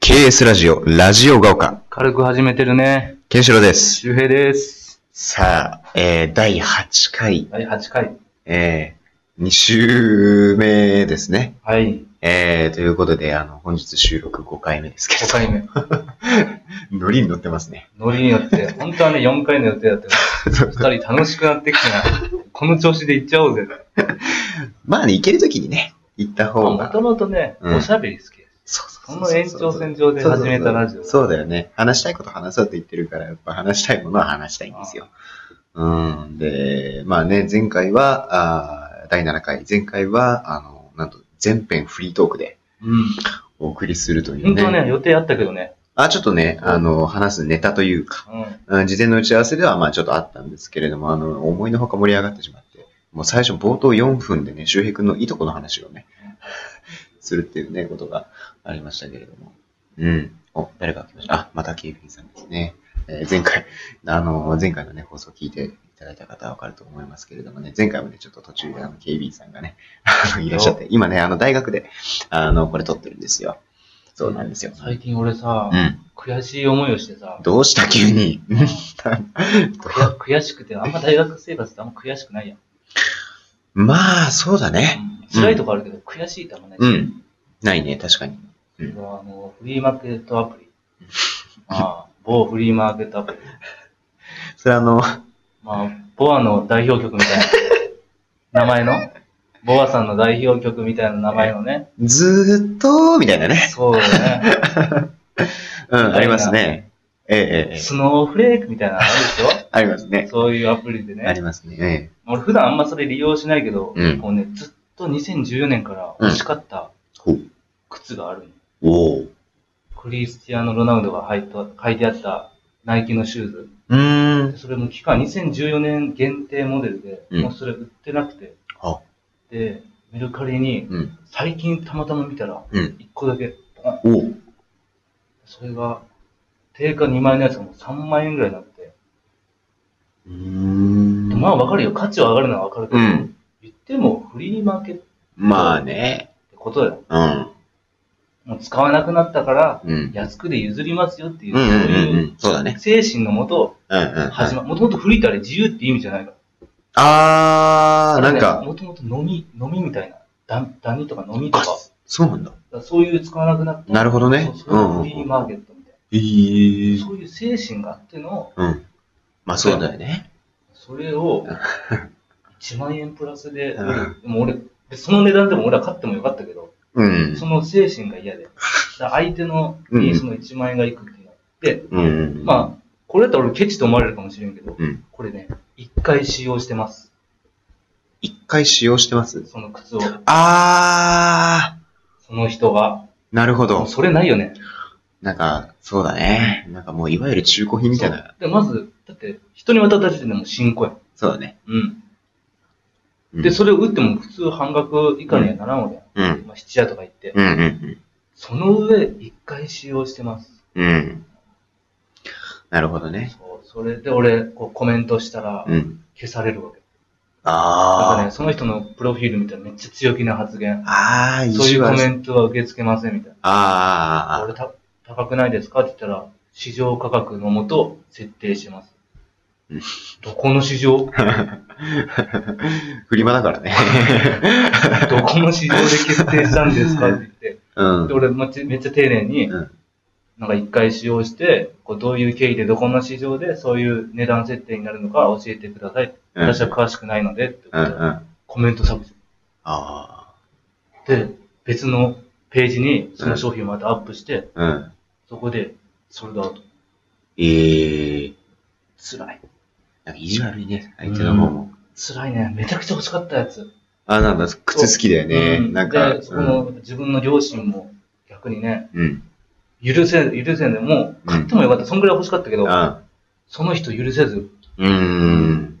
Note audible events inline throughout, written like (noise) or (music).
KS ラジオ、ラジオが丘、軽く始めてるね。ケンシロウです。周平です。さあ、えー、第8回、第8回。えー、2週目ですね。はい。えー、ということで、あの、本日収録5回目ですけ5回目。ど、 (laughs) ノリに乗ってますね。ノリによ (laughs) って、本当はね、4回の予定だったけど、2人楽しくなってきてな。この調子で行っちゃおうぜ。まあね、行けるときにね、行った方もが。ともとね、うんおしゃべり好き。そうそその延長線上で始めたラジそうそオ。うそうそうだよね。話したいこと話そうと言ってるから、やっぱ話したいものは話したいんですよ。うん。で、まあね、前回は、あー第7回、前回は、あの、なんと、全編フリートークでうん。お送りするという本ね。当はね、予定あったけどね。あ、ちょっとね、あの、話すネタというか、うん。うん事前の打ち合わせでは、まあちょっとあったんですけれども、あの、思いのほか盛り上がってしまって、もう最初冒頭4分でね、周平君のいとこの話をね、 (laughs) するっていうね、ことがありましたけれども。うん。お、誰か来ました。あ、また警備員さんですね。えー前回、 (laughs) あの、前回のね、放送を聞いていただいた方はわかると思いますけれどもね、前回もね、ちょっと途中であの警備員さんがね、 (laughs) あのいらっしゃって、今ね、あの大学で、あの、これ撮ってるんですよ。そうなんですよ。最近俺さう、ん。悔しい思いをしてさ、どうした急に。いや悔しくて、あんま大学生活ってあんま悔しくないやん。まあ、そうだね。うん辛いとこあるけど、悔しいってあんまないし。うん。ないね、確かに。うんあのフリーマーケットアプリ。まあ、某フリーマーケットアプリ。それあの、まあ、ボアの代表曲みたいな名前の、ボアさんの代表曲みたいな名前のね。ずーっと、みたいなね。そうだね。うん、ありますね。ええええええスノーフレークみたいなのあるでしありますねょ。そういうアプリでありね。ますね。え俺普段あんまそれ利用しないけど、うんこうね、ずっと2014年から欲しかったえほう。靴があるの。おお。うクリスティアーノ・ロナウドが履いた履いてあったナイキのシューズ。ーん。でそれも期間2014年限定モデルで、うんもうそれ売ってなくて、あ、で、メルカリにうん。最近たまたま見たら、うん。 1個だけ、ポンおお。それが、定価2万円のやつがもう3万円ぐらいになって、うーんまあわかるよ、価値は上がるのはわかるけうど、ん。言ってもフリーマーケットっまあね。てことだよ。うん。もう使わなくなったから、うん。安くで譲りますよっていう、うんうんうんういん。そうだね。精神のもと、うんうんうん。始ま、もともとフリーってあれ自由って意味じゃないから。あー、なんか、もともと飲み、飲みみたいな。ダダニとか飲みとあか。だか、そうなんだ。らそういう使わなくなった。なるほどねそうそういうフうんうんリうーんマーケットみたいええな。そういう精神があっての、うん。まあそうだよね。そ (laughs) れを、1万円プラスで、うんでも俺、でその値段でも俺は買ってもよかったけど、うん。その精神が嫌で、だから相手のうんにその1万円がいくっていうので、うん。まあ、これだったら俺ケチと思われるかもしれんけど、うん。これね、1回使用してます。一回使用してますその靴を、あその人が。ー、なるほもどう。それないよね。なんか、そうだね。なんかもう、いわゆる中古品みたいな。でまず、だって、人に渡った時点でもう新婚や。そうだね。うん。うんで、それを売っても普通半額以下にはならんわけや。うん。まあ、質屋とか行って。うんうんその上、1回使用してます。うん。うん。なるほどね。そう、それで俺、こうコメントしたら、うん。消されるわけ。だからあね、その人のプロフィールみたいなめっちゃ強気な発言ー。。あー、そういうコメント。ントは受け付けませんみたいな。あーあーあー俺た、高くないですかって言ったら、市場価格のもと設定しますうん。どこの市 (laughs) 場どあー。 (laughs) フリマだからね。この市場で決定したんですかって言って、 (laughs) うん。で俺めっちゃめっちゃ丁寧に、うんなんか一回使用して、こうどういう経緯でどこの市場でそういう値段設定になるのか教えてください。うん私は詳しくないので、ってうん言うったらん。コメント削除。あで、別のページにその商品をまたアップして、ー。うん。そこで、それだと。えー。辛い。なんか意地悪いね、相手の方も。辛いね。めちゃくちゃ欲しかったやつ。あ、なんだ、靴好きだよね。うんなんか。で、そこの、自分の両親も逆にね、うん。許せ、許せんでもう、買ってもよかった。そんぐらい欲しかったけうどん。、あその人許せず、うーん。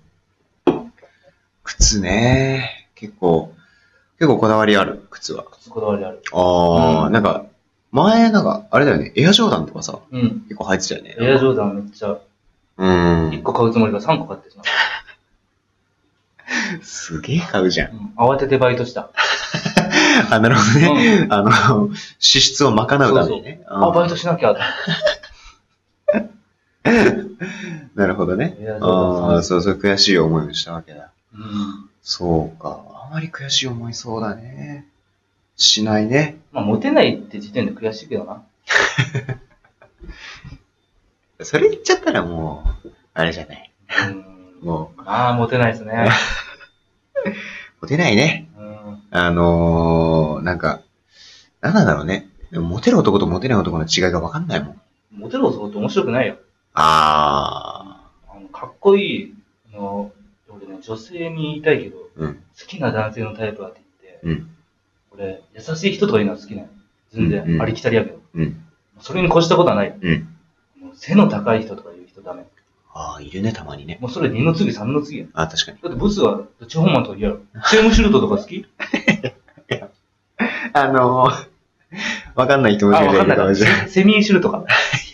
靴ね。結構、結構こだわりある、靴は。靴こだわりある。ああ、うんなんか、前、なんか、あれだよね、エアジョーダンとかさ、うん。結構入ってたよね。エアジョーダンめっちゃ、うー1個買うつもりが3個買ってしまっん。すげえ買うじゃん。た。うん。慌ててバイトした。あ、なるほどね。あの、支出を賄うためにね。あ、バイトトしなきゃ。なるほどねいや。ああ、そそうそう、悔しい思いをしたわけだ。うん。そうか。あまり悔しい思いそうだね。しないね。まあ、モテないって時点で悔しいけどな。それ言っちゃったらもう、あれじゃない。うん。もああ、モテないですね。う、モテないね。うん。あのー、なんか、なんなんだろうね。でもモテる男とモテない男の違いがわかんないもん。モテる男って面白くないよ。ああのかっこいい、あの、俺ね、女性に言いたいけど、うん好きな男性のタイプはって言って、うん俺、優しい人とかいうのは好きなの。全然、うんうんありきたりやけど。うんそれに越したことはない。うんもう背の高い人とかいう人ダメ。あ。ああ、いるね、たまにね。もうそれ二の次、三の次やん。ああ、確かに。だってブスは、地方マンとか嫌やろ。チェームシュルトと (laughs) か好きあのー、 (laughs) わかんない人あ、もい (laughs) るわかんけないど、じゃあ、セミシュルトか。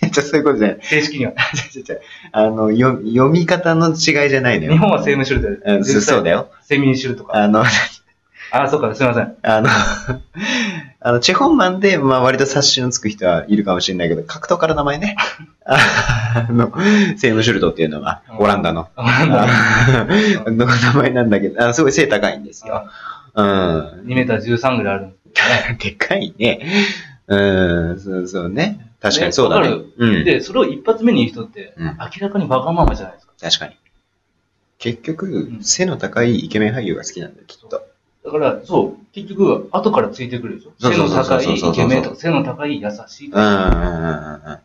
じゃあそういうことじゃない。 (laughs) 正式には。違う違うあの、よ読み方の違いじゃないのよ。日本はセームシュルトうやん、そそうだ。よ。セミシュルトか。あの、 (laughs) あ、そうか、すいません。あの、 (laughs) あの、チェ・ホンマンで、まあ、割と察しのつく人はいるかもしれないけど、格闘家の名前ね。 (laughs) あの、セームシュルトっていうのは、オランダの。あなんだあの名前なんだけど、あすごい背高いんですよ。うん。 2メーター13ぐらいあるんですよね。でかいね。うん、そうそうね。確かにそうだね。ねわかうん。で、それを一発目に言う人って、うん明らかにバカママじゃないですか。確かに。結局う、ん背の高いイケメン俳優が好きなんだよ、きっと。だから、そう、結局、後からついてくるでしょ。そう背そうそうのそう高いイケメンとか、背の高い優しいとうん、うん、うん、か、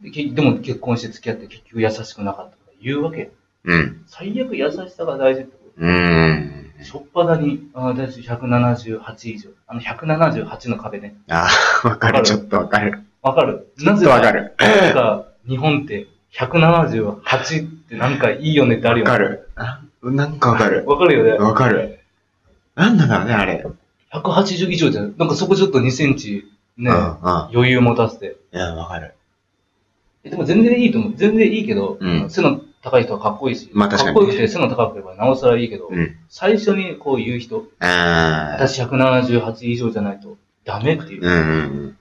うんでけでも結婚して付き合って結局優しくなかったとか言うわけ。うん。うん。最悪優しさが大事ってこうん。と。しょっぱだに、あー大丈夫、178以上。あの、178の壁ね。ああ、わかる、ちょっとわかる。わかるちょなっぜとわかか、る。なんか、日本って178ってなんかいいよねってあるわかよね。る。あなんかわかる。わかるよね。わかる。なんなんだろうね、あれ。 180以上じゃん。なんかそこちょっと2センチ、うん、ね、うん。余裕持たせて。いや、わかる。えでも全然いいと思う。全然いいけど、うん背の高い人はかっこいいし、まあ確かにっこよくて背の高ければなおさらいいけど、うん。最初にこう言う人、ああ。私178以上じゃないとダメっていう、うんうん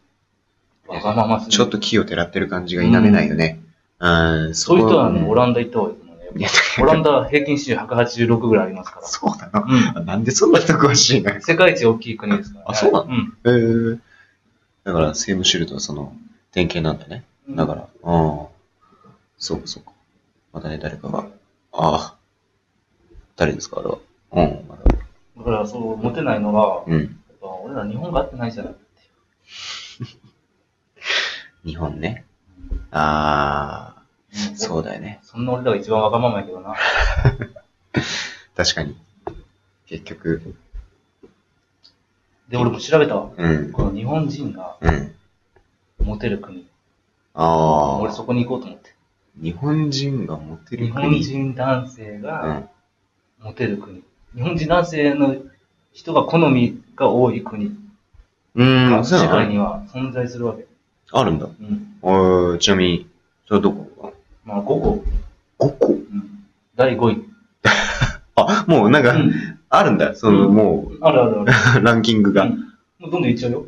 わがままうすん。ぎちょっと木をてらってる感じが否めないよね。うん、そういう人はね、オラランダ行った方がいいと思うね。ンダ。オランダは平均視186ぐらいありますから。そうなのうあなんで (laughs) そんな人詳しいのん。世界一大きい国ですから、ね。あそうなのうん。えー、だから、セームシュルトはその、典型なんだね。だから、うん。そうか、そうか。またね、誰かが。ああ。誰ですか、あれは。うん、まだ。だから、そう、モテないのは、うん。やっぱ俺ら日本が合ってないじゃないっていう。日本ね。ああ、そうだよね。そんな俺らが一番わがままやけどな。確かに。結局。で、俺も調べたわ。うん。この日本人がうん。モテる国。あ俺あ。そこに行こうと思って。日本人が持ってる日国。本人男性うがん。モテる国。日本人男性の人が好みが多い国うがん、そう世な界のには存在するわけ。あるんだ。うん。おーちなみに、それどこまあ5個。 ?5 個うん、第5位。あ、もうなんうか、ん。あるんだ。その、うんもあるある (laughs) あう、ランキングる。うが。んもうどんどんいっちゃうよ。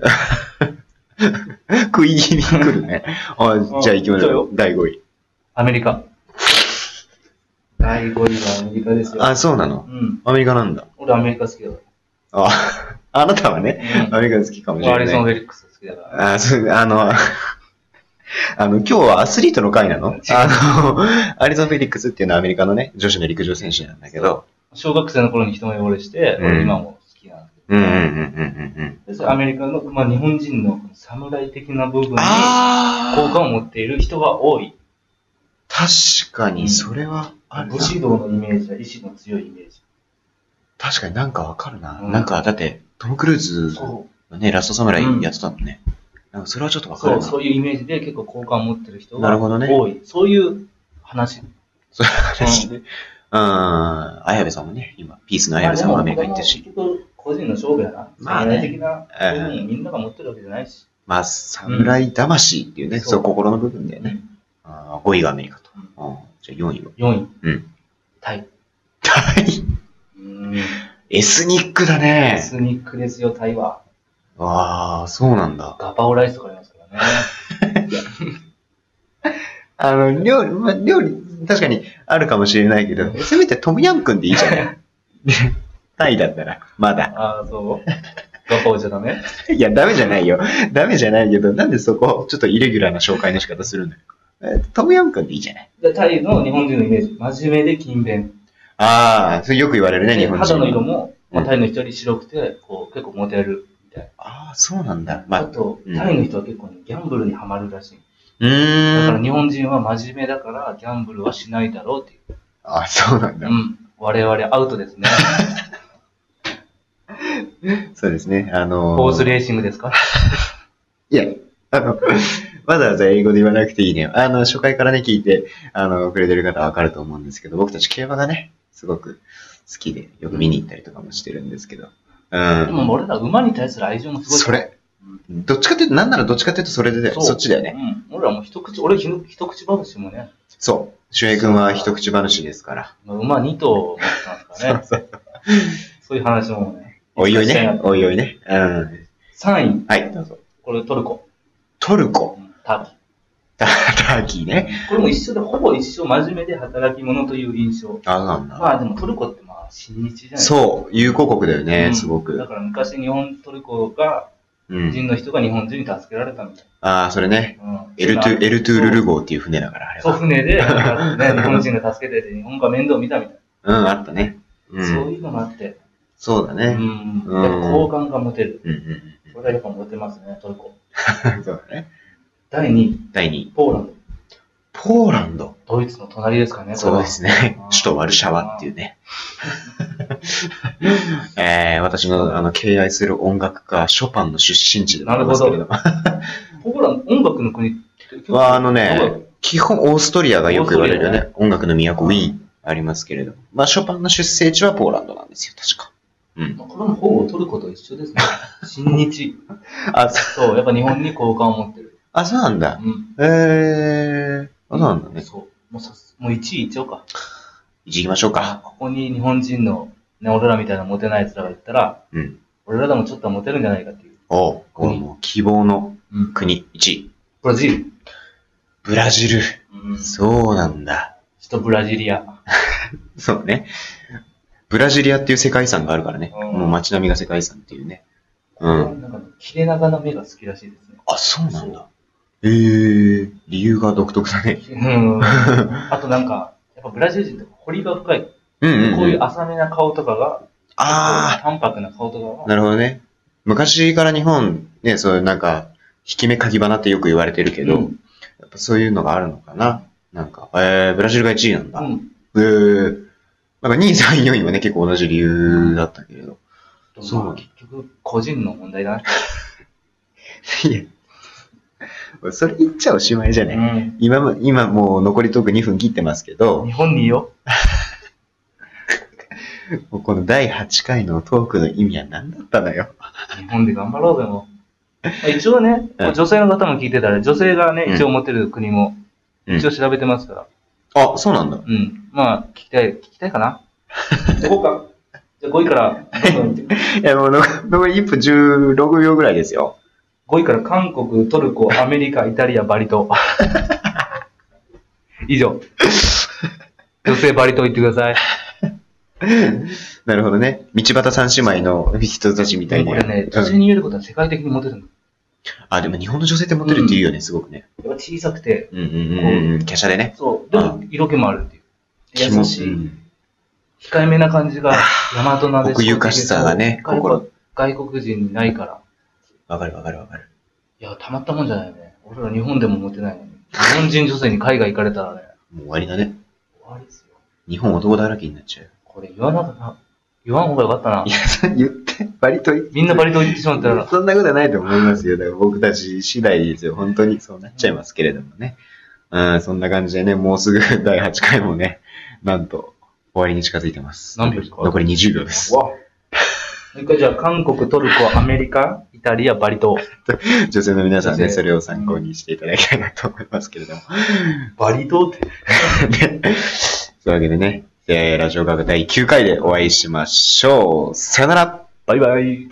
食い気味に来るね。あじゃあ行きましそうょよう。第5位。アメリカ。第5位はアメリカですよ。あ、そうなの。うん。アメリカなんだ。俺アメリカ好きだかあ、 (laughs) あなたはね、ら。うんアメリカ好きかもし俺アれリソン・なフい。ェリックス好きだから。あ、そう、あの、 (laughs) あの、今日はアスリートの回なの (laughs) 違うあの、アリゾン・フェリックスっていうのはアメリカのね、女子の陸上選手なんだけど、小学生の頃に一目惚れして、う俺ん今も好きなんだけうんうんうんうんうんうん。どでそれアメリカの、まあ、日本人の侍的な部分に好あ感を持っている人が多い。ー確かに、それはあるな武士道のイメージや意志の強いイメージ。確かになんかわかるな。うんなんか、だって、トム・クルーズそのね、ラストサムライやってたもんね。なんか、それはちょっとうわかるそうな。そういうイメージで結構好感を持ってる人なるがほどね。多い。そういう話。そういう話ね。うん。綾部さんもね、今、ピースの綾部さんもアメリカ行ってるし。まあでも結局個人の勝負やな。まあね侍的な部分をみんなが持ってるわけじゃないし。まあ、侍魂っていうね、うんそう、心の部分だよね。あ5位がアメリカと。ううんんじゃあ4位は。 (laughs) 4位。うん。タイ。タイうん。エスニックだエね。スニックですよ、タイは。ああ、そうなんだ。ガパオライスとかあります (laughs) からね。あの、料理、まあ、料理、確かにあるかもしれないけど、せめてトムヤムクンでいいじゃ (laughs) ないタイだったら、まだ。ああ、そうガパオじゃダメいや、ダメじゃないよ。ダメじゃないけど、なんでそこ、ちょっとイレギュラーな紹介の仕方するのよ。えートムヤムクンでいいじゃないでタイの日本人のイメージ。真面目で勤勉。ああ、それよく言われるね、日で本肌人の色も、まあうんタイの人より白くて、こう、結構モテるみたいああ、そうなんだ。まな。ああ、とう、んタイの人は結構ねギャンブルにはまるらしい。うだかーらん。日本人は真面目だから、ギャンブルはしないだろうっていう。あそうなんだう。ん。我々アウトですね。そうですね。あのーホースレーシングですかいや、あの、 (laughs) わざわざ英語で言わなくていいね。あの、初回からね、聞いて、あの、くれてる方はわかると思うんですけど、僕たち競馬がね、すごく好きで、よく見に行ったりとかもしてるんですけど。うでもん。俺ら馬に対する愛情もすごい。それ。どっちかっていうと、なんならどっちかっていうとそれでだよ。そっちだよね。うん。俺らも一口、俺ひの一口話もね、そう。周平君は一口話ですから。まあ馬2頭持ってますからね。 (laughs) そういう話もね。おいおいね。おいおいね。うん。 3位、はい、どうぞ。これトルコ、トルコ。うんターキターキーね。ー。これも一緒で、ほぼ一緒、真面目で働き者という印象。あ、なんだ。まあでもトルコってまあ親日じゃないですか。そう。友好国だよね、うんすごだく。から昔日本、トルコが、うん。人の人が日本人に助けられたみたいああ、それね。な。うんエルトゥ、エルトゥールル号っていう船だから、あれはそう (laughs) 船で、なんかね、日本人が助けてて、日本が面倒見たみたいうん、あったね。う、な。そうんいうのもあって、そうだうね。ん。うんやっぱ好感が持てる。うん、うん、これはやっぱモテますね、トルコ。うん。 (laughs) そうだね。第2位、第2位。ポーランド。ポーランド。ドイツの隣ですかね、これそうはですねあー。首都ワルシャワっていうね。 (laughs) えー、私のあの敬愛する音楽家、ショパンの出身地でもありますけれども。ポーランド、音楽の国って結構は、あのそうだね、基本オーストリアがよく言われるよオーね。音楽の都、ウィーンありますけれども。まあ、ショパンの出生地はポーランドなんですよ、確か。うん。これもほぼトルコと一緒ですね。親日。あ、そそう、やっぱ日本に好感を持ってる。あそうなんだ。うん。えー、あ、そうなんだね。そう。もうさもう1位いっちゃおうか。一行きましょうか。ここに日本人の、ね、俺らみたいなモテない奴らが行ったら、うん。俺らでもちょっとモテるんじゃないかっていう。おう、これもう希望のうん。国1位。ブラジル。ブラジル。うん。ちょそうなんだ。っとブラジリア。そうね。ブラジリアっていう世界遺産があるからね。うんもう街並みが世界遺産っていうね。うん。なんかね、切れ長な目が好きらし (laughs) いですね。あ、そうなんだ。えー、理由が独特だね。うん。あとなんか、やっぱブラジル人って彫りが深い。うんうん、うん。こういう浅めな顔とかが、あ淡白な顔とかあ、が、なるほどね。昔から日本、ね、そういうなんか、引き目かぎ花ってよく言われてるけど、うんやっぱそういうのがあるのかな。なんか、えー、ブラジルが1位なんだ。うん。えー、なんか2位、3位、4位はね、結構同じ理由だったけれど。そうまあ結局、個人の問題だいや、それ言っちゃおしまいじゃな。ない、今も、今もう残りトーク2分切ってますけど、日本にいよもうこの第8回のトークの意味は何だったのよ。う。 (laughs) 日本で頑張ろうぜ、もう。まあ一応ね、うん女性の方も聞いてたら、女性がねう、ん一応持ってる国も、うん一応調べてますから。あ、そうなんだ。うん。まあ、聞きたい、聞きたい (laughs) かな。じゃあ、5か。じゃあ、5位から、どんどいんや、もう残り1分16秒ぐらいですよ。 5位から韓国、トルコ、アメリカ、イタリア、バ (laughs) リ島。以上。女性バリ島行ってください。なるほどね。道端三姉妹の人たちみたいこな。れね、う女性んに言えることは世界的にモテるの。あ、でも日本の女性ってモテるって言うよね、すごくね。やっぱ小さくて、うんうんうんうん。華奢でね。そう、でも色気もあるっていう。気優もしうい、ん控えめな感じが、大和なで奥ゆかしさがね外心国外国人にないから。わかるわかるわかる。いや、たまったもんじゃないよね。俺ら日本でもモテないのに。日本人女性に海外行かれたらね、もう終わりだね。終わりですよ。日本男だらけになっちゃう。これ言わなかった。言わん方がよかったな。 (laughs) 言って、割とみんなバリ島行ってしまったら、そんなことはないと思いますよ。だから僕たち次第ですよ。本当にそうなっちゃいますけれどもね。うん、そんな感じでね、もうすぐ第8回もね、なんと終わりに近づいてます。何秒ですか残り20秒です。わもう一回じゃあ、韓国、トルコ、アメリカ、イタリア、バリ島。女性の皆さん女ね、性それを参考にしていただきたいなと思いますけれども。 (laughs) バリ島って。ねそういうわけでね、えーラジオ科学第9回でお会いしましょう。さよならバイバイ。